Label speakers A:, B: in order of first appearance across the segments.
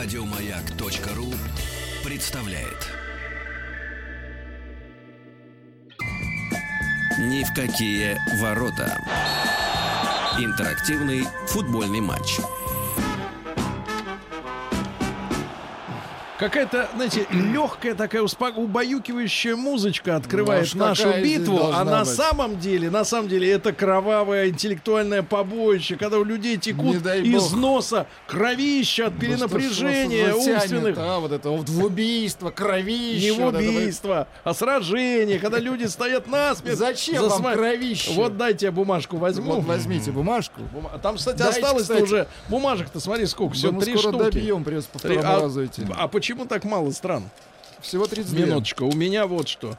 A: Радиомаяк.ру представляет. Ни в какие ворота. Интерактивный футбольный матч.
B: Какая-то, знаете, легкая такая успо- убаюкивающая музычка открывает
C: Ну, а ж
B: нашу
C: какая здесь
B: битву, а
C: должна
B: на
C: быть?
B: самом деле, на самом деле, это кровавое интеллектуальное побоище, когда у людей текут
C: Не дай
B: из
C: бог.
B: носа кровища от
C: Ну, что ж
B: перенапряжения
C: вас затянет,
B: умственных.
C: А, вот это вот в убийство,
B: Не
C: кровище.
B: в
C: вот это вот.
B: убийство, а сражение, когда люди стоят насмерть.
C: Зачем
B: за
C: вам
B: сма-
C: кровище?
B: Вот дайте я бумажку возьму.
C: Вот возьмите бумажку.
B: Бума- Там, кстати,
C: Дайте,
B: осталось-то
C: кстати.
B: уже бумажек-то, смотри, сколько, все,
C: Да мы
B: три
C: скоро
B: штуки.
C: добьем, придется по
B: Три-
C: второму
B: а-
C: разу идти.
B: а почему так мало стран?
C: Всего 32.
B: Минуточку, у меня вот что.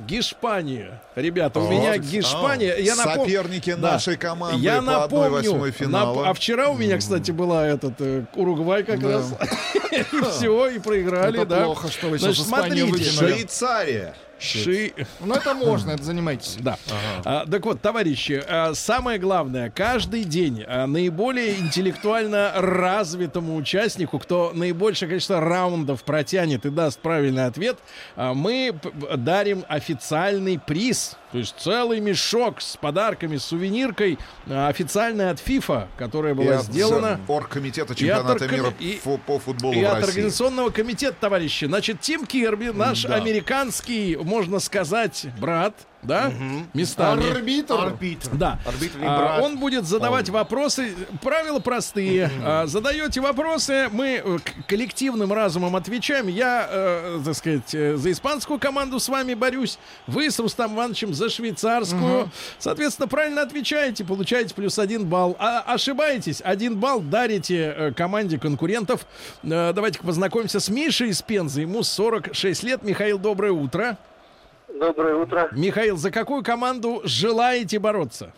B: Гешпания. Ребята, у
D: Вот.
B: меня Гешпания. Я напом-
D: Соперники
B: Да.
D: нашей команды
B: Я
D: по одной восьмой
B: напомню,
D: финала.
B: нап- а вчера у меня, кстати, была этот э, Уругвай как
C: Да.
B: раз. И все, и проиграли,
C: Это
B: да.
C: плохо, что вы
B: Значит,
C: сейчас Испанию
B: смотрите,
C: выкинули.
D: Швейцария.
B: Ши-
C: Ну это можно, это занимайтесь.
B: Да. А, так вот, товарищи, а, самое главное, каждый день а, наиболее интеллектуально развитому участнику, кто наибольшее количество раундов протянет и даст правильный ответ, а, мы п- п- дарим официальный приз. То есть целый мешок с подарками, с сувениркой, а, официальная от FIFA, которая была
D: от
B: сделана.
D: Оргкомитета чемпионата
B: оргкоми-
D: мира
B: и-
D: фу- по футболу
B: И
D: в
B: от
D: России.
B: организационного комитета, товарищи. Значит, Тим Кирби, наш американский, можно сказать, брат, да, местами.
C: Арбитр.
B: Да. А, он будет задавать вопросы. Правила простые. А, задаете вопросы, мы э, к- коллективным разумом отвечаем. Я, э, так сказать, э, за испанскую команду с вами борюсь. Вы с Рустам Ивановичем за швейцарскую. Соответственно, правильно отвечаете, получаете плюс один балл. А ошибаетесь, один балл дарите э, команде конкурентов. Э, давайте-ка познакомимся с Мишей из Пензы. Ему 46 лет. Михаил, доброе утро.
E: Доброе утро.
B: Михаил, за какую команду желаете бороться?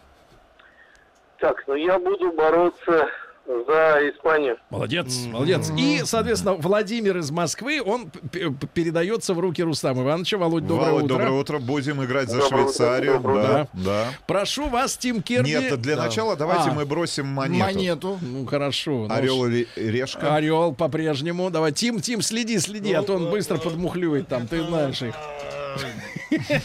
E: Так, ну я буду бороться за Испанию.
B: Молодец, молодец. И, соответственно, Владимир из Москвы, он п- п- п- передается в руки Рустама Ивановича. Володь, доброе
D: Володь,
B: утро.
D: доброе утро. Будем играть за
E: Доброе утро,
D: Швейцарию.
E: доброе
D: Да,
B: утро.
D: да.
B: Прошу вас, Тим Керби.
D: Нет, для начала давайте
B: А.
D: мы бросим монету.
C: Монету.
B: Ну, хорошо. ну
D: Орел
B: уж.
D: или решка?
B: Орел по-прежнему. Давай, Тим, Тим, следи, следи, а то он быстро подмухлюет там, ты знаешь их.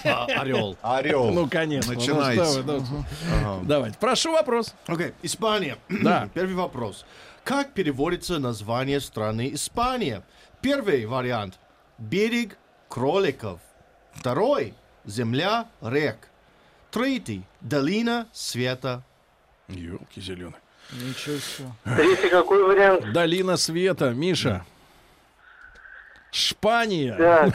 F: Орел.
D: Орел.
B: Ну, конечно. ну,
D: Начинайте.
B: что вы, ну, Давайте. Прошу вопрос.
F: Окей, Испания.
B: Да.
F: Первый вопрос. Как переводится название страны Испания? Первый вариант. Берег кроликов. Второй. Земля рек. Третий. Долина света.
B: Елки зеленые.
C: Ничего себе.
E: Третий какой вариант?
B: Долина света, Миша. Шпания.
E: Да.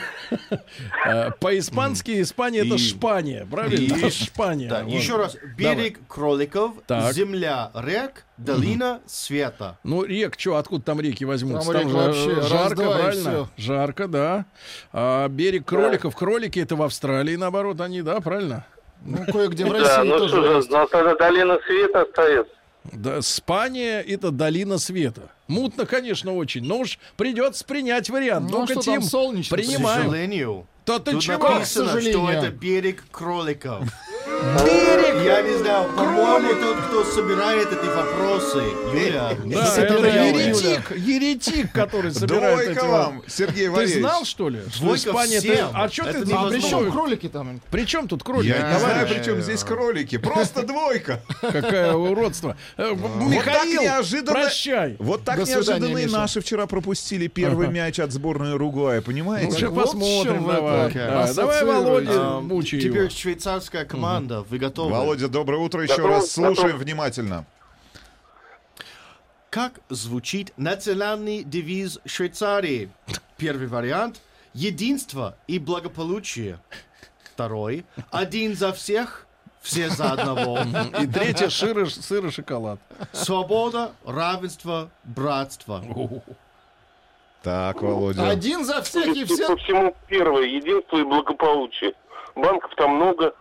B: Э, По-испански Испания это
F: И-
B: Шпания, правильно?
F: и-
B: Шпания.
F: Да,
B: вот.
F: еще раз. Берег кроликов.
B: Так.
F: Земля рек. Долина света.
B: Ну, рек, что, откуда там реки возьмутся? Там,
C: Там рек
B: же
C: вообще
B: жарко,
C: раздвай,
B: правильно? Жарко, да. А берег кроликов. Кролики это в Австралии, наоборот, они, да, правильно?
C: Ну кое-где в
E: Да,
C: России
E: ну
C: тоже.
E: что же,
C: есть.
E: ну тогда долина света остается.
B: Да, Спания это долина света. Мутно, конечно, очень. Но уж придется принять вариант.
C: Ну, а
B: Ну-ка,
C: что
B: Тим,
C: там солнечно?
F: К
B: принимаем.
F: сожалению.
B: То ты
F: Тут
B: чего?
F: написано,
C: К
F: что
C: сожалению.
F: это берег кроликов.
B: Берег!
F: Я не знаю, по-моему, тот, кто собирает эти вопросы, Юля.
B: Да, это
C: Собираю.
B: еретик, еретик, который собирает эти
D: Двойка
B: вопросы.
D: вам, Сергей
B: Ты
D: Валерьевич.
B: знал, что ли? что
F: Двойка
B: Испания
F: всем.
B: это- А что ты
F: Это
B: не
C: А при
F: невозможно.
C: чем кролики там?
B: При чем тут кролик?
D: Я не
B: Давай,
D: знаю, при чем здесь кролики. Просто двойка.
B: Какое уродство. Э, Михаил,
D: Вот так неожиданно-
B: прощай.
D: Вот так
C: До свидания,
D: неожиданно и
C: Миша.
D: наши вчера пропустили первый мяч от сборной Уругвая,
B: Ну,
D: понимаете?
B: Сейчас
C: Так вот
B: посмотрим,
C: чем вы
B: давай.
C: так,
B: Да,
C: э,
B: Давай, Володя,
F: Ам,
B: мучай
F: Теперь
B: А, его.
F: швейцарская команда. Вы готовы?
D: Володя, доброе утро еще
E: Готов,
D: раз. Слушаем
E: готов.
D: внимательно.
F: Как звучит национальный девиз Швейцарии? Первый вариант – единство и благополучие. Второй – один за всех, все за одного.
B: И третье, сыр и- сыр и шоколад.
F: Свобода, равенство, братство.
D: Так, Володя.
C: Один за всех и
E: И
C: все.
E: по всему первое, единство и благополучие. Банков там много.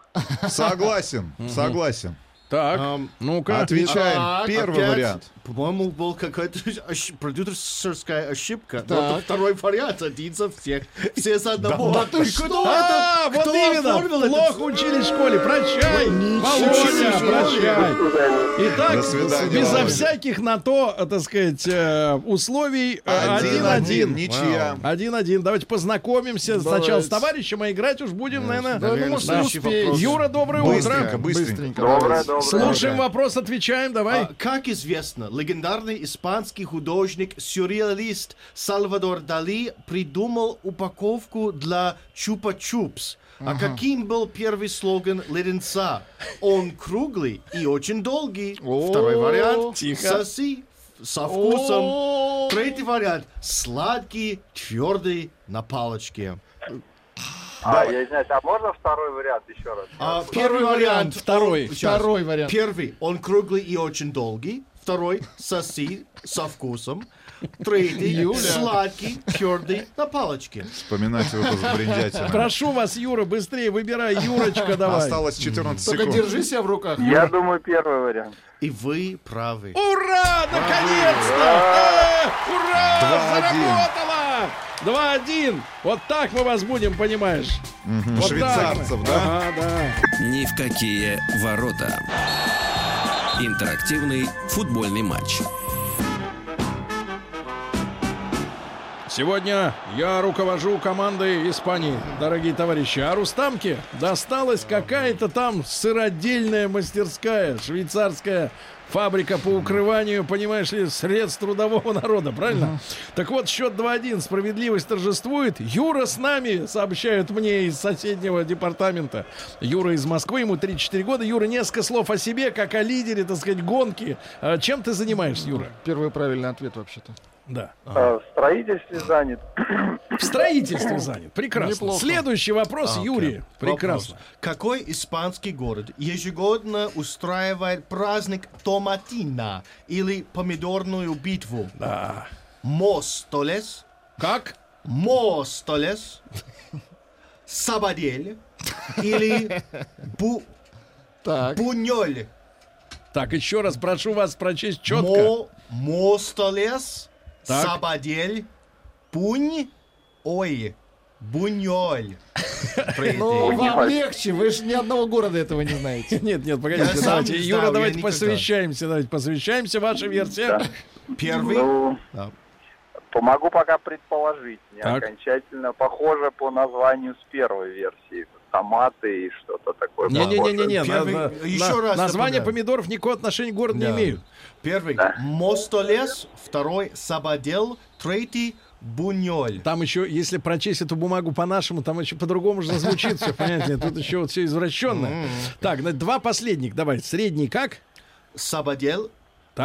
D: Согласен, согласен.
B: Так, А
F: Ам,
B: ну-ка.
D: Отвечаем.
F: Так,
D: Первый
F: опять,
D: вариант.
F: По-моему, был какая-то ощ- продюсерская ошибка. Но
C: Так.
F: это второй вариант. Один за всех. Все за одного. Да,
C: ты что?
B: А, вот
F: кто
B: именно!
F: оформил это
B: Плохо
F: всё?
B: учили в школе. Прощай! Володя,
F: себе.
B: прощай! Итак,
D: До свидания,
B: безо
D: Володя.
B: всяких на то, э, так сказать, э, условий э,
D: Один-один.
B: один-один.
D: Ничья.
B: Один-один. Давайте познакомимся сначала с
C: Давайте.
B: товарищем, а играть уж будем, наверное.
C: Да, ну, может, не
F: Следующий
C: успеешь.
F: вопрос.
B: Юра, доброе
D: Быстренько,
B: утро.
D: быстренько.
E: Доброе, доброе.
B: Слушаем вопрос, отвечаем, давай.
F: А, Как известно, легендарный испанский художник-сюрреалист Сальвадор Дали придумал упаковку для Чупа-Чупс. А каким был первый слоган леденца? Он круглый и очень долгий.
C: О,
F: Второй вариант.
B: тихо.
F: Соси со вкусом. Третий вариант. Сладкий, твердый, на палочке.
E: А, я извиняюсь, а можно второй вариант еще раз?
F: А, первый вариант.
B: Второй.
F: Сейчас.
C: Второй вариант.
F: Первый, он круглый и очень долгий. Второй, соси со вкусом. Третий, сладкий, твердый, на палочке.
D: Вспоминать его тоже брендятина.
B: Прошу вас, Юра, быстрее выбирай. Юрочка, давай.
D: Осталось 14
C: Только
D: секунд.
C: держи себя в руках.
E: Я думаю, первый вариант.
F: И вы правы.
B: Ура! Наконец-то! Э, Ура!
D: 2-1.
B: Заработало! 2-1. Вот так мы вас будем, понимаешь? Вот
D: Швейцарцев, да?
B: Ага, да.
A: Ни в какие ворота. Интерактивный футбольный матч.
B: Сегодня я руковожу командой Испании, дорогие товарищи. А Рустамке досталась какая-то там сыродельная мастерская, швейцарская фабрика по укрыванию, понимаешь ли, средств трудового народа, правильно? Так вот, счет 2-1, справедливость торжествует. Юра с нами, сообщают мне из соседнего департамента. Юра из Москвы, ему 34 года. Юра, несколько слов о себе, как о лидере, так сказать, гонки. А Чем ты занимаешься, Юра?
C: Первый правильный ответ вообще-то.
B: Да.
E: А, в строительстве занят.
B: В строительстве занят. Прекрасно.
C: Неплохо.
B: Следующий вопрос,
F: А, окей.
B: Юрий. Прекрасно.
F: Вопрос. Какой испанский город ежегодно устраивает праздник Томатина или помидорную битву?
B: Да.
F: Мостолес,
B: Как?
F: Мостолес, Сабадель или Бу...
C: Так.
F: Буньоль?
B: Так, еще раз прошу вас прочесть четко.
F: Мо, Мостолес,
B: Так.
F: Сабадель, Пунь, Ой, Буньоль. Третий.
C: Ну,
E: Ой, не
C: вам
E: важно.
C: легче, вы же ни одного города этого не знаете.
B: Нет, нет, погодите,
F: Я сам
B: давайте.
F: не
B: Юра,
F: знал, я
B: давайте
F: никогда.
B: посвящаемся, давайте посвящаемся. Ваша версия.
F: Первый.
E: Ну,
C: А.
F: Да.
E: помогу пока предположить. Не
B: Так.
E: окончательно похоже по названию с первой версии. Томаты и что-то такое.
B: Не-не-не-не.
F: Первый-
B: на- на-
F: еще
B: на-
F: раз
B: Название
F: напоминаю.
B: помидоров никакого отношения к городу не
F: Да.
B: имеют.
F: Первый.
E: Да.
F: Мостолес, второй Сабадел, третий Буньоль. Сабадел, а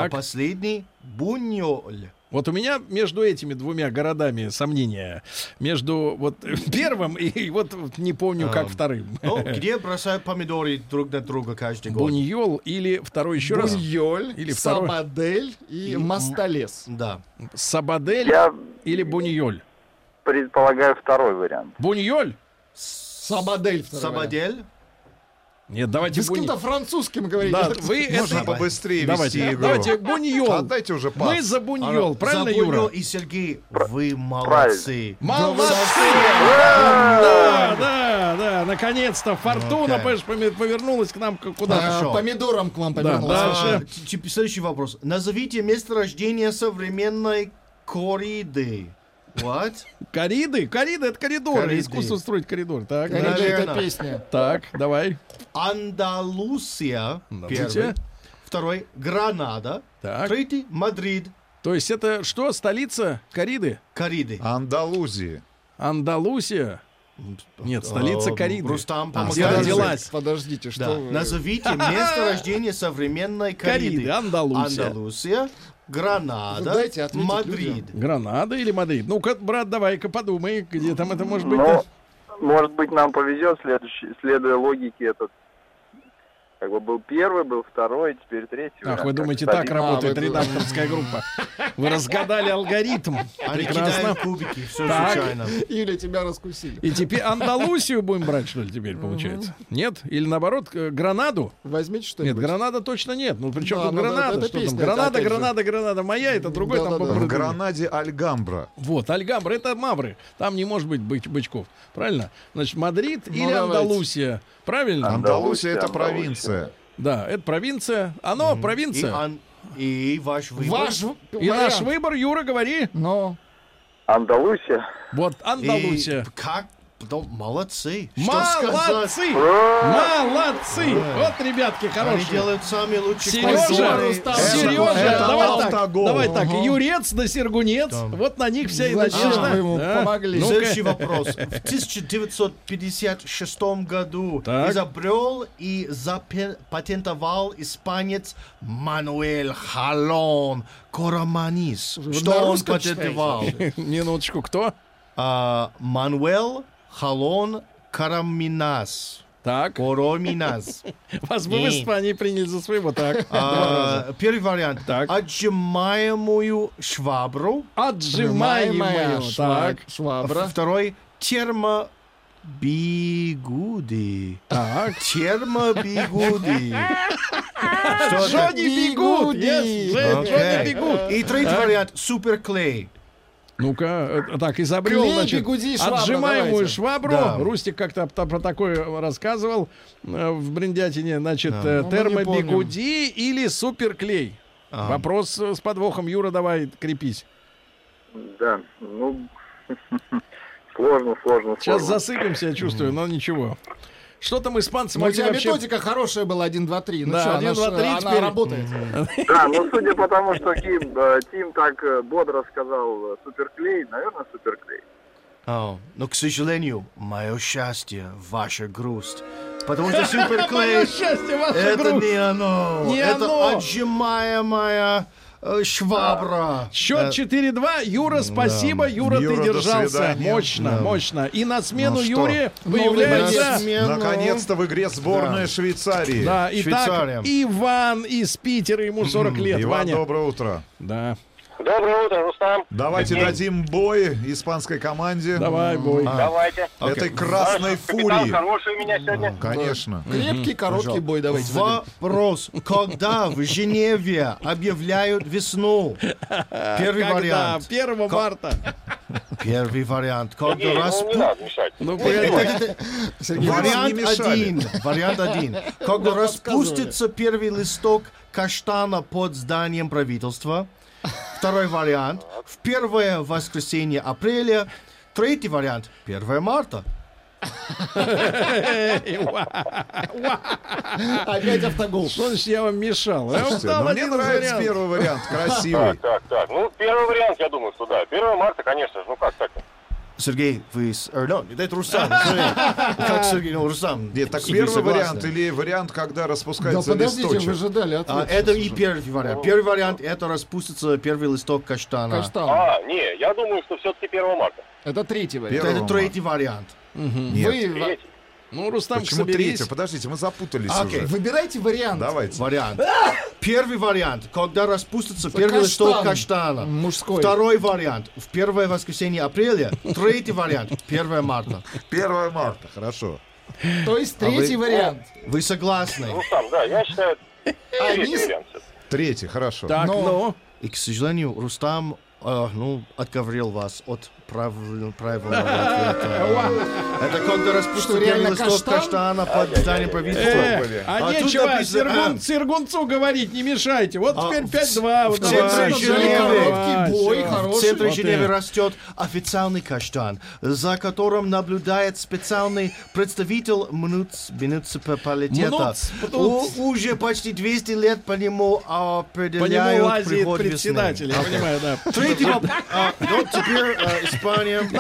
B: Так.
F: последний Буньоль.
B: Вот у меня между этими двумя городами сомнения. Между вот первым и вот не помню, как вторым.
F: Ну, где бросают помидоры друг на друга каждый год?
B: Буньол или второй еще раз
C: Буньоль,
B: Или второй.
C: Сабадель и Мостолес.
F: Да.
B: Сабадель
E: Я
B: или Буньоль?
E: предполагаю второй вариант.
B: Буньоль?
C: Сабадель второй вариант.
F: Сабадель,
B: Нет, давайте
C: Вы с
B: Бунь-
C: каким-то французским говорите.
B: Да,
C: Это-
B: вы
D: Можно
B: это...
D: побыстрее вести
B: Давайте,
D: игру.
B: давайте Буньол.
D: Отдайте уже пас.
B: Мы за Буньол, правильно,
F: за Буньоль
B: Юра?
F: ну, и Сергей, вы молодцы.
B: Молодцы! Да, да, да, наконец-то фортуна
F: Ну-ка.
B: понимаешь, поме- повернулась к нам к-
C: А,
B: куда-то.
F: хорошо.
C: Помидором к вам
B: да.
C: повернулся.
F: А,
B: Дальше.
F: т- теперь Следующий вопрос. Назовите место рождения современной кориды. What?
B: Кориды? Кориды — это коридоры,
F: Кориды.
B: искусство строить коридор. Так, да.
C: Короче,
F: Наверно.
C: это песня.
B: так, давай.
F: Андалусия.
B: Давайте.
F: Первый. Второй. Гранада.
B: Так.
F: Третий. Мадрид.
B: То есть это что, столица Кариды?
F: Кариды.
B: А,
D: Андалузии.
B: Андалусия? Нет, столица
F: Эм,
B: Кариды. А,
F: Рустам,
B: где
F: помогает.
B: родилась?
C: Подождите, что
F: Да.
C: вы-
F: Назовите место рождения современной
B: Кариды,
F: Кариды.
B: Андалусия.
F: Андалусия. Гранада.
C: Ну, Дайте ответить
F: Мадрид.
B: Гранада или Мадрид? Ну-ка, брат, давай-ка подумай, где там это
G: Ну,
B: может быть.
E: Но, может быть, нам повезет, следующий, следуя логике, этот Как бы был первый, был второй, теперь третий.
B: Ах,
E: вариант.
B: вы
E: Как
B: думаете,
E: бы
B: так
E: один-
B: работает
C: А, вы-
B: редакторская группа? Вы разгадали алгоритм.
C: А,
F: Они
B: Прекрасно.
F: кидают кубики, все
B: Так.
F: случайно.
C: Или тебя раскусили.
B: И теперь Андалусию будем брать, что ли, теперь
C: Ну.
B: получается? Нет? Или наоборот, э, Гранаду?
C: Возьмите
B: Нет,
C: что-нибудь.
B: граната точно нет. Ну причем
C: Да,
B: тут
C: ну да,
B: граната?
C: это
B: Что там?
C: песня, это
B: Граната,
C: опять же.
B: граната, граната моя, это другой
C: Да,
B: там
C: да, да.
D: В
B: попрыгнул.
D: Гранаде Альгамбра.
B: Вот, Альгамбра, это Мавры. Там не может быть быч- бычков. Правильно? Значит, Мадрид
C: Ну,
B: или
C: давайте.
B: Андалусия. Правильно?
D: Андалусия — это
E: Андалусия.
D: провинция.
B: Да, это провинция. Оно,
F: И,
B: провинция.
F: ан- и ваш выбор.
C: Ваш в-
B: И наш
C: вариант.
B: выбор, Юра, говори.
C: Но
E: Андалусия.
B: Вот,
F: И
B: Андалусия.
F: как? Да, молодцы. Что сказать?
B: Молодцы! Молодцы! Вот, ребятки,
F: Они
B: хорошие.
F: делают сами лучшие
B: Сережа,
F: квартиры.
C: Рустам.
B: Сережа,
D: это
B: давай так,
D: автогол.
B: давай так, Юрец да Сергунец, вот на них вся и
C: Зачем
B: начнет.
C: вы ему помогли?
B: Ну-ка.
F: Следующий вопрос. В 1956 году
B: Так.
F: изобрел и запатентовал испанец Мануэль Халон Кораманис.
C: Вы на
F: Что он
C: русском
F: патентовал?
B: Минуточку, кто?
F: А, Мануэль Халон Караминас.
B: Так,
F: Короминас.
B: вас бы в
F: Не.
B: Испании приняли за своего, так.
F: А, Первый вариант.
B: Так.
F: Отжимаемую швабру.
B: Отжимаем
C: прямая
B: ее.
C: шва-
B: Так,
F: А
C: швабра. Ну,
F: Второй термобигуди.
B: так.
F: Термобигуди. Что это?
B: Джонни бегут,
C: Бигуди.
B: yes, Джон- Джонни
F: Окей.
B: бегут.
F: И третий вариант суперклей.
B: Ну-ка, э, так, изобрел,
C: Клей,
B: значит,
C: бигуди, швабра,
B: отжимаемую
C: давайте.
B: швабру.
F: Да.
B: Рустик как-то об- про такое рассказывал э, в Бриндятине. Значит,
F: Да.
B: э,
C: Ну, мы не
B: термобигуди или суперклей?
F: А.
B: Вопрос э, с подвохом. Юра, давай, крепись.
E: Да, ну... Сложно, сложно,
B: Сейчас
E: сложно.
B: засыпемся, я чувствую, но ничего. Что там испанцы
C: Ну, у
B: могли
C: тебя
B: вообще...
C: методика хорошая была 1, 2, 3. Ну
B: Да,
C: что,
B: 1, 2, 3
C: она
B: теперь.
C: работает.
E: Да, ну судя по тому, что Ким, э, Тим так э, бодро сказал э, суперклей, наверное, суперклей.
F: А, Но, к сожалению, мое счастье, ваша грусть. Потому что суперклей
B: Моё счастье, ваша
F: это
B: грудь.
F: не оно.
B: Не оно.
F: Это отжимаемая э, швабра.
B: Счет 4-2. Юра, спасибо. Юра,
D: Э, Юра,
B: ты
D: до
B: держался.
D: свидания.
B: Мощно, мощно. И на смену
D: Ну что?
B: Юре
F: На
B: появляется...
F: смену-
D: Наконец-то в игре сборная Швейцарии.
B: ну. Да,
F: Швейцария.
B: итак, Иван из Питера, ему 40 лет,
D: Иван,
B: Ваня.
D: доброе утро.
B: Да,
G: Доброе утро, Рустам.
D: Давайте дадим бой испанской команде.
B: давай, бой.
D: а,
G: Давайте.
D: Этой красной
G: Капитан
D: фурии.
G: хороший у меня сегодня.
D: Конечно.
C: Крепкий, короткий бой давайте. дадим.
F: Вопрос. Когда в Женеве объявляют весну? Первый
B: Когда?
F: вариант.
B: 1 марта.
F: Первый вариант. Когда
G: Сергей,
F: раз...
G: ну не надо мешать.
B: Ну,
F: Вот
B: погоди.
F: это-
C: Сергей,
F: Вариант
D: не мешали. Ну,
F: один. Вариант один. Когда распустится первый листок каштана под зданием правительства. Второй вариант. В первое воскресенье апреля. Третий вариант. 1 марта.
C: Опять автогол.
B: Что значит, я вам мешал? Я вам
D: Слушайте,
B: дал
D: ну, мне
B: один из
D: нравится
B: вариантов.
D: первый вариант. Красивый.
G: Так, так, так. Ну, первый вариант, я думаю, что да. 1 марта, конечно же. Ну как так?
F: Сергей, вы... с- э, ну, это Рустам. Сергей. Как Сергей? Ну, Рустам.
D: Нет, так
F: с- вы
D: первый
F: согласны?
D: вариант или вариант, когда
C: Да
D: распускается
C: подождите,
D: листочек?
C: вы же дали
F: А,
C: ответ.
F: это и первый вариант. Первый вариант это распустится первый листок каштана.
C: Каштан.
G: А, не, я думаю, что все-таки 1 марта.
C: Это третий вариант.
D: Первый.
F: Это, это третий вариант.
D: Нет.
C: Вы
G: Третий.
B: Ну, Рустам,
D: Почему
B: соберись.
D: третий? Подождите, мы запутались
F: Окей.
D: уже.
C: выбирайте вариант.
D: Давайте.
F: Вариант. Первый вариант, когда распустится первый листок каштана.
C: Мужской.
F: Второй вариант. В первое воскресенье апреля. Третий вариант. 1 марта.
D: 1 марта, хорошо.
C: То есть третий вариант.
F: Вы согласны?
G: Рустам, да, я считаю, третий
C: не с-
G: вариант. всё-таки.
D: Третий, хорошо.
B: Так,
C: Но-
B: ну.
F: И, к сожалению, Рустам э, ну, отговорил вас от прав- правильного ответа. Это когда распустится
C: Что, реально
F: первый
C: каштан?
F: листок каштана под зданием правительства.
B: Э,
D: были.
B: а,
F: А тут
B: нечего
F: написано-
B: Сергун-
F: а.
B: Сергунцу говорить, не мешайте. Вот
F: А,
B: теперь
F: в-
B: 5-2. вот
F: в
B: давай,
F: центре
B: давай,
F: Женевы.
B: давай,
C: Короткий бой,
B: всё.
C: хороший.
F: В центре
B: Вот
F: Женевы
B: это.
F: растет официальный каштан, за которым наблюдает специальный представитель мнуц- муниципалитета.
B: Мнуц,
F: У-
B: мнуц.
F: Уже почти 200 лет по нему а,
B: По нему
F: определяют
B: лазит
F: приход
B: председатель,
F: весны.
B: я понимаю, да.
F: Третий воп- а, ну, теперь э, Испания.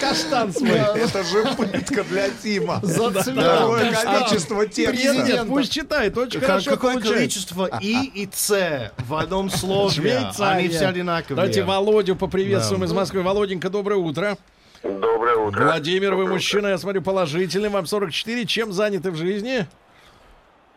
B: Каштан свой.
D: Это же пытка для Тима.
C: Зацепил.
D: Такое количество текста.
C: Президент.
B: Нет, пусть читает, очень
F: Как-
B: хорошо
F: какое
B: получает.
F: количество И и С в одном слове?
B: Швейцария.
F: Они все одинаковые.
B: Давайте Володю поприветствуем из Москвы. Володенька, доброе утро.
E: Доброе утро.
B: Владимир, вы мужчина, я смотрю, положительный. Вам 44. Чем заняты в жизни?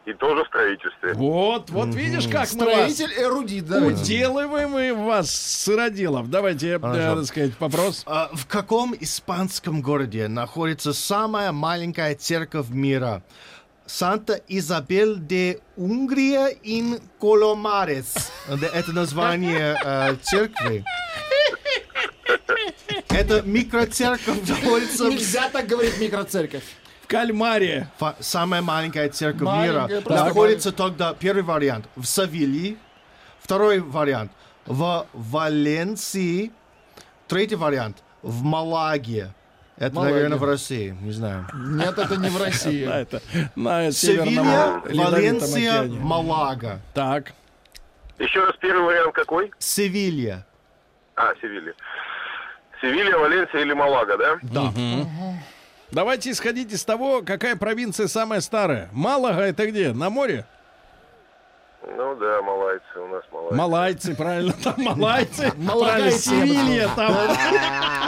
G: И тоже в строительстве.
B: Вот, вот видишь, как мы вас
C: Строитель эрудит, давайте.
B: уделываем мы вас сыроделов. Давайте, э,
F: Хорошо.
B: так сказать, вопрос.
F: А, в каком испанском городе находится самая маленькая церковь мира? Санта-Изабель де Унгрия ин Коломарес. Да, Это название э, церкви. Это микроцерковь находится в
C: Нельзя так говорить микроцерковь.
B: В кальмаре.
F: Фа- самая маленькая церковь
C: Маленькая,
F: мира
C: просто
F: находится тогда первый вариант в Савилии, второй вариант в Валенсии, третий вариант в Малаге. Это,
C: Малаге.
F: наверное, в России, не знаю.
C: Нет, это не в России.
B: Да, А, это на Северном
F: Севилья,
B: Ледовитом
F: Валенсия,
B: океане.
F: Малага.
B: Так.
G: Еще раз первый вариант какой?
F: Севилья.
G: А, Севилья. Севилья, Валенсия или Малага, да?
B: Давайте исходить из того, какая провинция самая старая. Малага это где? На море?
G: Ну да, малайцы, у нас малайцы.
B: Малайцы, правильно, там малайцы. Правильно,
C: Малагайцы, я бы сказал.
B: Севилья там.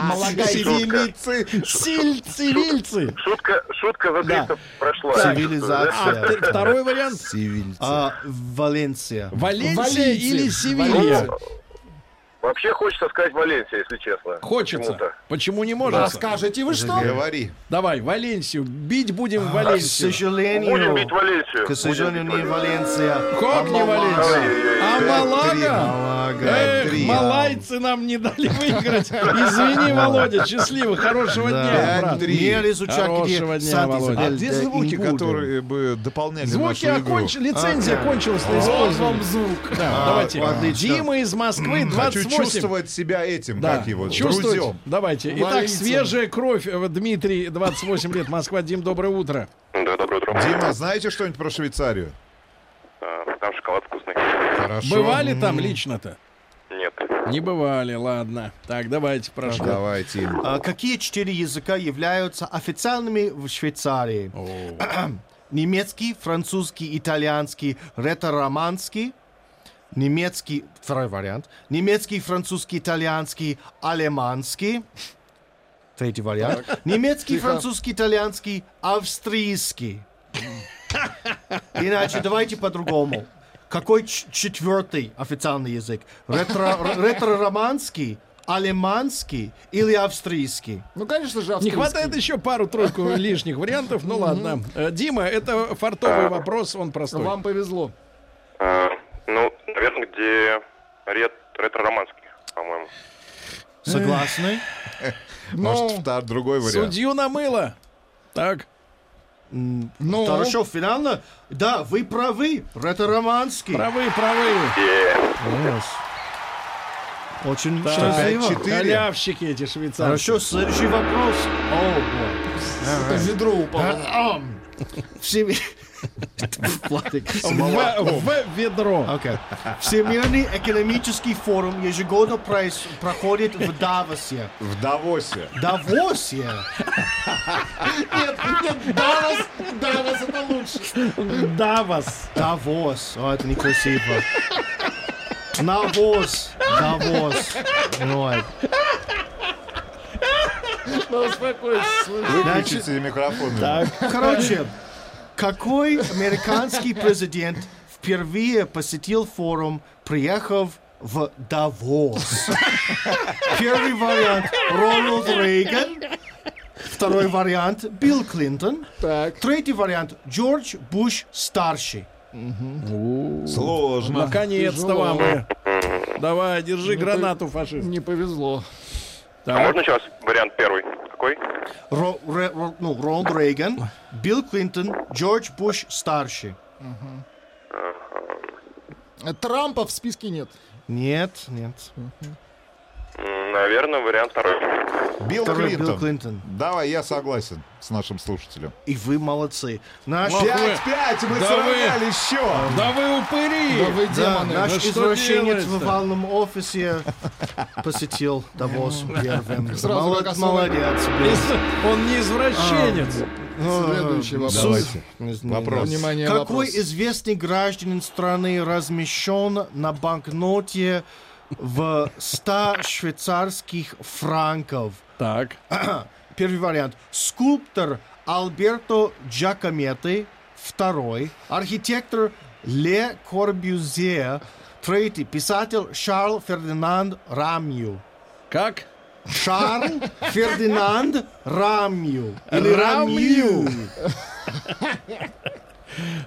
C: Малагай.
D: Севилицы.
B: Силь- Севильцы.
G: Шутка, шутка за 300 прошла. я чувствую,
B: А
F: Цивилизация.
B: ты- второй вариант.
F: А, Валенсия.
B: Валенсия
C: Валийцы.
B: или Севилья?
C: Валийцы.
G: Вообще хочется сказать Валенсия, если честно.
B: Хочется.
G: Почему-то.
B: Почему не может?
C: Расскажете вы что?
D: Говори.
B: Давай, Валенсию. Бить будем
F: К
G: Будем
B: Валенсию.
G: бить
F: сожалению,
G: Валенсию.
F: к сожалению,
G: Будем
F: не
G: бить
F: Валенсия. а
B: Как не
F: Малага.
B: Валенсию? А
D: Три.
B: Малага?
D: Малага.
B: Эх,
D: три.
B: малайцы нам не дали выиграть. Извини, Володя, счастливо, хорошего дня,
D: Пять,
B: брат.
D: три.
F: Не изучать, где
B: Хорошего дня,
F: Санта-Изабель
B: Володя.
D: А где
F: де
D: звуки,
F: Ингулда?
D: которые бы дополняли
B: Звуки
D: нашу игру?
B: окончились, лицензия кончилась на использование. Да, давайте.
F: отлично.
B: Дима из Москвы,
D: А, Хочу
B: 28.
D: чувствовать себя этим,
B: Да,
D: как его,
B: чувствуйте.
D: друзьям.
B: Давайте. Итак,
C: Валийцем.
B: свежая кровь. Э, Дмитрий, 28 лет, Москва. Дим, доброе утро.
G: Да, доброе утро.
D: Дима, знаете что-нибудь про Швейцарию?
G: А, Там шоколад вкусный.
D: Хорошо.
B: Бывали там лично-то?
G: Нет.
B: Не бывали, ладно. Так, давайте, прошу.
D: Давайте. Им.
F: А Какие четыре языка являются официальными в Швейцарии? Немецкий, французский, итальянский, ретро-романский, немецкий, второй вариант, немецкий, французский, итальянский, алеманский, третий вариант, немецкий, французский, итальянский, австрийский. Иначе давайте по-другому. Какой ч- четвертый официальный язык? Ретро- р- Ретро-романский, алеманский или австрийский?
C: Ну, конечно же,
B: Не
C: австрийский.
B: хватает еще пару-тройку лишних вариантов, ну ладно. Э, Дима, это фартовый вопрос, он простой.
C: Вам повезло.
G: А, Ну, наверное, где рет- ретро-романский, по-моему.
F: Согласны?
D: Может, втор- другой вариант.
B: Судью намыло. Так,
C: Ну,
F: Хорошо, финально. Да, вы правы. Ретро-романский.
B: правы, правы.
F: Yes. Очень
D: Опять
F: счастливо.
D: четыре.
B: Халявщики эти швейцарцы.
F: Хорошо, следующий вопрос. О, боже.
C: это ведро упало.
F: Ам. Всем- Платик.
B: В, в ведро.
C: А
F: Окей. Всемирный экономический форум ежегодно проис- проходит в Давосе.
D: В Давосе.
F: Давосе?
C: Нет, нет, Даллас, Даллас это лучше.
B: Давос.
F: Давос. О, А, это некрасиво. Навоз. а Давос. Ой.
C: Ну, успокойся.
D: Выключите микрофон. ему.
F: А, Короче, какой американский президент впервые посетил форум, приехав в Давос? Первый вариант – Рональд Рейган. Второй вариант – Билл Клинтон.
C: Так.
F: Третий вариант – Джордж Буш-старший.
D: Сложно.
B: Наконец-то
C: Тяжело. Ну,
B: вам. э. Давай, держи гранату, фашист.
C: Не повезло.
G: А можно еще раз вариант первый? Какой?
F: Ро- Ре- Ро- ну, Рональд Рейган, Билл Клинтон, Джордж Буш-старший.
C: Трампа в списке нет.
F: Нет, нет.
G: М, Наверное, вариант второй.
D: Билл
F: Второй
D: Клинтон.
F: Билл Клинтон.
D: Давай, я согласен с нашим слушателем.
F: И вы молодцы. Наш...
D: Пять-пять, мы
B: Да
D: сравняли еще.
B: Да вы упыри!
C: Да вы
F: Да,
C: демоны.
F: наш
B: ну что
F: извращенец в
B: делать-то?
F: овальном офисе посетил Давос первым.
C: Сразу
F: Молод-
C: как особо.
F: Молодец. блин.
B: Из- Он не извращенец.
C: А. Следующий вопрос.
D: Давайте.
F: Не знаю.
D: Вопрос.
C: Внимание,
F: Какой
C: вопрос.
F: известный гражданин страны размещен на банкноте в 100 швейцарских франков?
B: Так.
C: А.
F: Первый вариант. Скульптор Альберто Джакометти. второй, архитектор Ле Корбюзье, третий, писатель Шарл Фердинанд Рамью.
B: Как?
F: Шарл Фердинанд Рамью. Или
B: Рамью.
F: Рамью.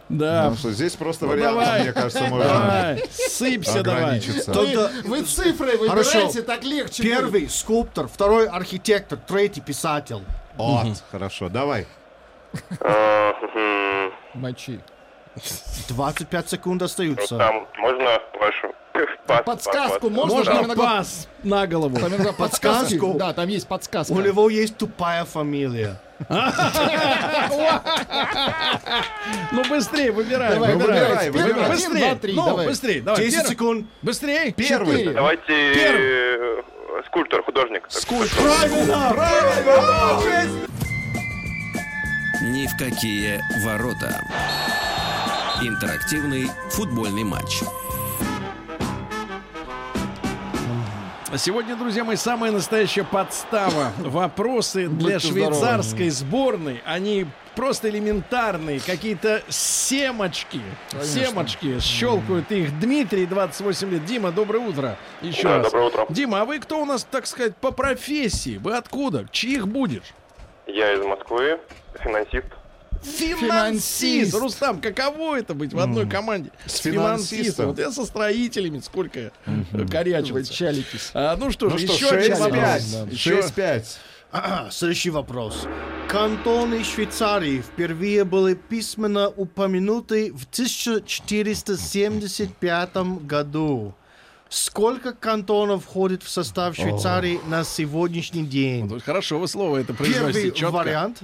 B: Да.
D: Ну что, здесь просто вариант,
B: давай.
D: мне кажется, можно
B: Давай, сыпься давай.
D: ограничиться.
F: Только
C: Вы, вы цифры выбираете, так легче. будет.
F: э, Первый скульптор, второй архитектор, третий писатель.
D: Вот, хорошо, давай.
G: Э, хм,
C: Мочи.
F: 25 секунд остаются.
G: Ну, Там можно вашу... пас-
C: Подсказку
G: пас-
C: можно?
B: Можно
C: Там иногда-
B: пас на голову.
C: Там иногда подсказки.
F: Подсказку?
C: Да, там есть подсказка.
F: У него есть тупая фамилия.
B: Ну быстрее, выбирай.
C: Давай,
B: выбирай.
C: выбирай. Первый,
D: выбирай.
C: один, два, три.
B: Ну,
C: давай.
B: быстрее, давай.
F: 10
B: Первый.
F: секунд.
B: Быстрее.
D: Первый.
C: Четыре.
G: Давайте... э, Скульптор, художник.
A: Ни в какие ворота. Интерактивный футбольный матч.
B: А Сегодня, друзья мои, самая настоящая подстава. Вопросы для швейцарской сборной. Они просто элементарные. Какие-то семочки. Семочки. Щелкают их. Дмитрий, 28 лет. Дима, доброе утро. Еще
G: Да,
B: раз.
G: доброе утро.
B: Дима, а вы кто у нас, так сказать, по профессии? Вы откуда? Чьих будешь?
G: Я из Москвы, финансист.
B: Финансист. Рустам, каково это быть в одной команде? С
D: финансистом.
B: Вот я со строителями сколько корячился.
C: Вы чалитесь.
B: А, ну что
D: Ну
B: же,
D: что,
B: еще один вопрос.
D: 6-5.
B: Еще-
D: 6-5.
F: Ага, следующий вопрос. Кантоны Швейцарии впервые были письменно упомянуты в 1475 году. Сколько кантонов входит в состав Швейцарии на сегодняшний день?
B: Ну, Хорошо вы слово это
F: Первый
B: произносите четко.
F: вариант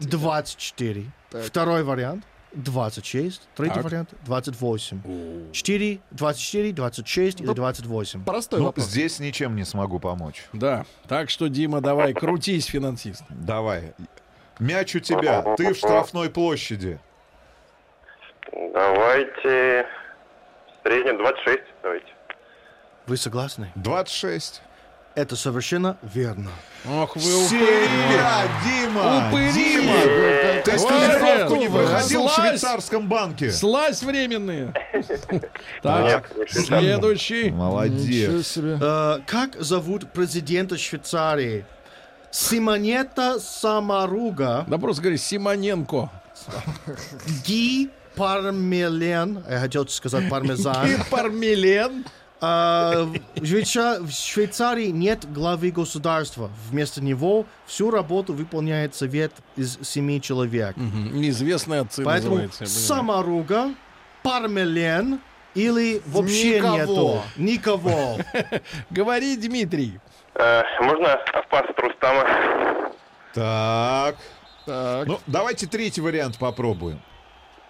F: 24. Второй вариант 26. Третий вариант 28. 4, 24, 26 или 28.
C: Простой
D: Ну,
C: вопрос.
D: здесь ничем не смогу помочь.
B: Да. Так что, Дима, давай, крутись, финансист.
D: Давай. Мяч у тебя. Ты в штрафной площади.
G: Давайте... В среднем 26, давайте.
F: Вы согласны?
D: 26.
F: Это совершенно верно.
B: Ох, вы
D: Тебя, а, Дима!
B: упыри!
D: Ты
B: Вот
D: стажировку
B: это.
D: не проходил в
B: Слазь.
D: швейцарском банке.
B: Слазь временные! Так,
G: Нет, не
B: следующий.
C: Ничего
D: Молодец.
C: себе.
F: Э, как зовут президента Швейцарии? Симонета Самаруга,
B: Да просто говори, Симоненко.
F: Ги Пармелен, я хотел сказать пармезан.
B: Пармелен.
F: Э, в Швейца- в Швейцарии нет главы государства. Вместо него всю работу выполняет совет из семи человек.
B: Неизвестная отцы
F: Поэтому
B: называется, я понимаю.
F: Самаруга, Пармелен или вообще
C: Никого.
F: нету. Никого.
B: Говори, Дмитрий.
G: Э, Можно Афпарс Рустама?
D: Так.
C: Так,
D: Ну, давайте третий вариант попробуем.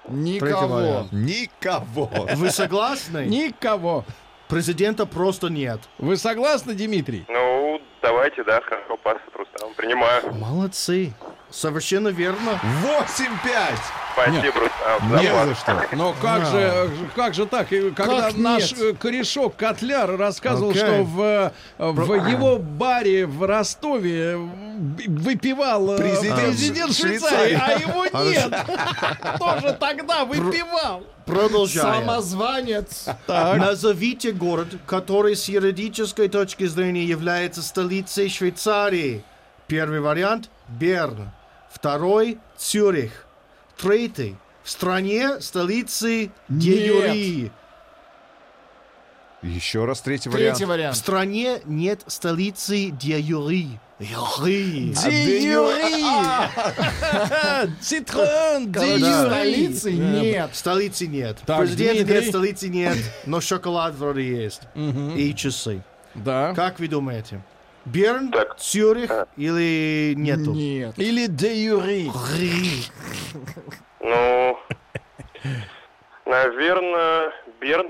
C: никого.
F: вариант.
D: Никого.
F: Вы согласны?
B: Никого.
F: Президента просто нет.
B: Вы согласны, Дмитрий?
G: Ну, давайте, да, хорошо, пас от Рустама. Принимаю.
F: Молодцы. Совершенно верно.
D: 8-5.
G: Спасибо, Рустам. за
D: Не
G: пас.
D: за что.
B: Но как же, э, как же так? И Когда
C: Как
B: наш
C: нет?
B: э, корешок Котляр рассказывал,
F: Окей.
B: что в, э, в его баре в Ростове э, б- выпивал э,
D: Президент
B: президент Швейцарии, а его нет. Тоже тогда выпивал.
F: Продолжаем.
C: Самозванец.
F: Назовите город, который с юридической точки зрения является столицей Швейцарии. Первый вариант – Берн. Второй – Цюрих. Третий – в стране столицы де юри.
D: Еще раз третий вариант.
C: Третий
F: В
C: вариант.
F: стране нет столицы де юри. Юри.
B: Де Юри! Цитрон де
C: Короче,
B: Юри!
C: столицы нет.
F: Столицы нет.
B: Так,
F: Президента
B: Дмитрий.
F: нет, столицы нет, но шоколад вроде есть. И часы.
B: Да.
F: Как вы думаете? Берн,
G: Так.
F: Цюрих или нету?
C: Нет.
B: Или де Юри.
G: Ну, наверное, Берн.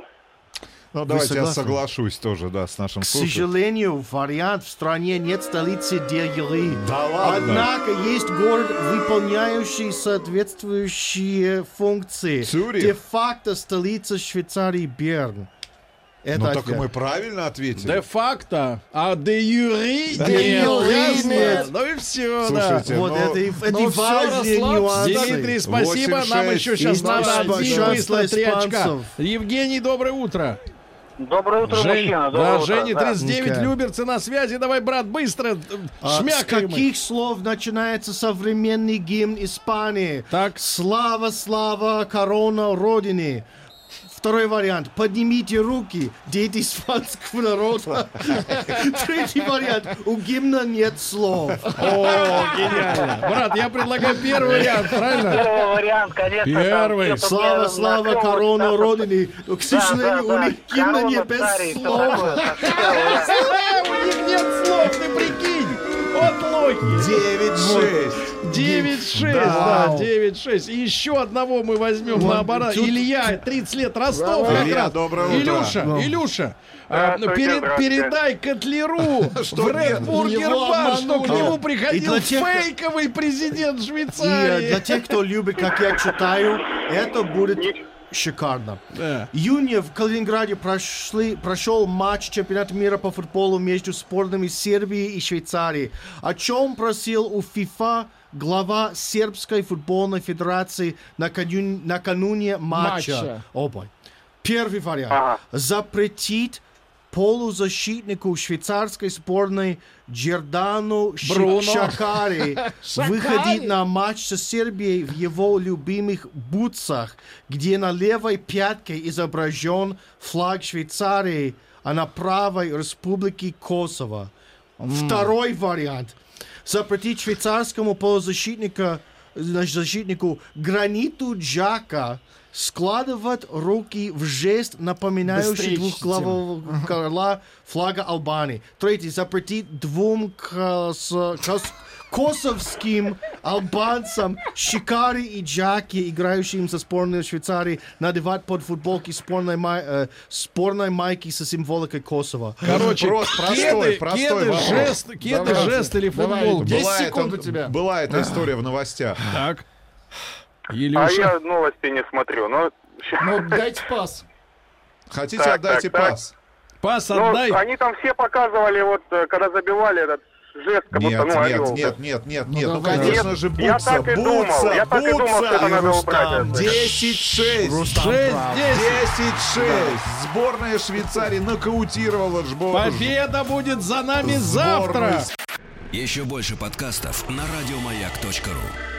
D: Ну, давайте я
F: согласны?
D: соглашусь тоже, да, с нашим
F: К
D: слушателем.
F: сожалению, вариант в стране нет столицы Дерюри.
D: Да ладно?
F: Однако есть город, выполняющий соответствующие функции.
D: Цюрих?
F: Де-факто столица Швейцарии Берн. Это
D: Ну так
F: ответ.
D: мы правильно ответили.
B: де-факто, а де-юри
C: Де юри
B: нет.
C: нет.
B: Ну и все, да.
D: Слушайте,
F: Вот
D: ну,
F: это и в этой
B: Ну всё,
F: вазе
B: расслабься.
F: нюансы.
B: Дмитрий, спасибо.
D: Восемь,
B: Нам
D: шесть.
B: еще сейчас
F: И
B: надо
F: спасибо.
B: один
F: Счастливо,
B: выслать три очка.
F: испанцев.
B: Евгений, доброе утро.
E: Доброе утро,
B: Жень-
E: мужчина. Доброе
B: да,
E: утро.
B: Женя,
E: Да.
B: 39,
F: Ника.
B: Люберцы на связи. Давай, брат, быстро э,
F: А, С
B: шмякаем.
F: каких слов начинается современный гимн Испании?
B: Так.
F: Слава, слава, корона Родины. Второй вариант. Поднимите руки, дети испанского народа. Третий вариант. У гимна нет слов.
B: О, гениально. Брат, я предлагаю первый вариант, правильно?
E: Первый вариант, конечно. там
B: Первый.
E: что-то мне
F: Слава,
E: на
F: слава,
E: клёвый,
F: корона
E: да,
F: Родины. К
E: да,
F: сожалению,
E: да,
F: у
E: да,
F: них гимна
E: корона
F: нет без
E: царей, что
F: слова.
E: такое, что такое, да.
B: Э, У них нет слов, ты прикинь. Вот лохи.
D: 9-6.
B: 9-6, да, 9-6. И еще одного мы возьмем на оборот. Илья, 30 лет, Ростов как
D: Илья,
B: раз.
D: доброе утро.
B: Илюша, Илюша, а,
E: Здравствуйте,
B: пере-
E: здравствуйте.
B: передай Котлеру
D: Что
B: в Ред
D: нет?
B: Бургер
C: Его
B: Бар, что к
C: обманули.
B: нему
F: И
B: приходил
F: для тех-
B: фейковый президент
F: И э, для
B: Швейцарии.
F: тех, кто любит, как я читаю, это будет шикарно.
B: Да.
F: Июня в Калининграде прошли, прошел матч чемпионата мира по футболу между сборными Сербии и Швейцарии, о чем просил у ФИФА глава Сербской футбольной федерации наканюне, накануне матча.
C: Матча.
F: Опа. Первый вариант.
E: Ага.
F: Запретить полузащитнику швейцарской сборной Джердану Ши-
B: Бруно.
F: Шакари выходить на матч со Сербией в его любимых бутсах, где на левой пятке изображен флаг Швейцарии, а на правой Республики Косово. Второй вариант. Запретить швейцарскому полузащитника защитнику Граниту Джака складывать руки в жест, напоминающий
C: Быстрее,
F: двухглавого короля флага Албании. Третий. Запретить двум кос- кос- косовским албанцам Шикари и Джаки, играющим со сборной Швейцарии, надевать под футболки спорной, май- э, спорной майки со символикой Косово.
B: Короче,
D: Просто простой,
B: кеды,
D: простой
B: кеды,
D: вопрос.
B: жест, кеды,
C: Давайте,
B: жест или
C: давай,
B: футбол.
C: Десять
D: Была
C: секунд
D: эта-
C: у тебя.
D: Была эта история в новостях.
B: Так.
E: А
B: Илюша.
E: я новости не смотрю, но...
C: Ну, дайте пас.
D: Хотите,
E: Так,
D: отдайте
E: так, так.
D: пас.
B: Пас
E: Ну,
B: отдай.
E: они там все показывали, вот, э, когда забивали этот жест, как
D: Нет,
E: будто, ну,
D: нет,
E: орел.
D: нет, нет, нет, нет. Ну,
C: давай.
D: конечно
E: Нет,
D: же,
E: я
D: бутса,
E: так и думал,
D: бутса,
E: я так и думал, что это надо
D: бутса.
E: убрать. это.
D: 10-6.
B: 6-10.
D: 10-6. Сборная Швейцарии нокаутировала жбор.
B: Победа будет за нами завтра.
A: Еще больше подкастов на радиомаяк.ру.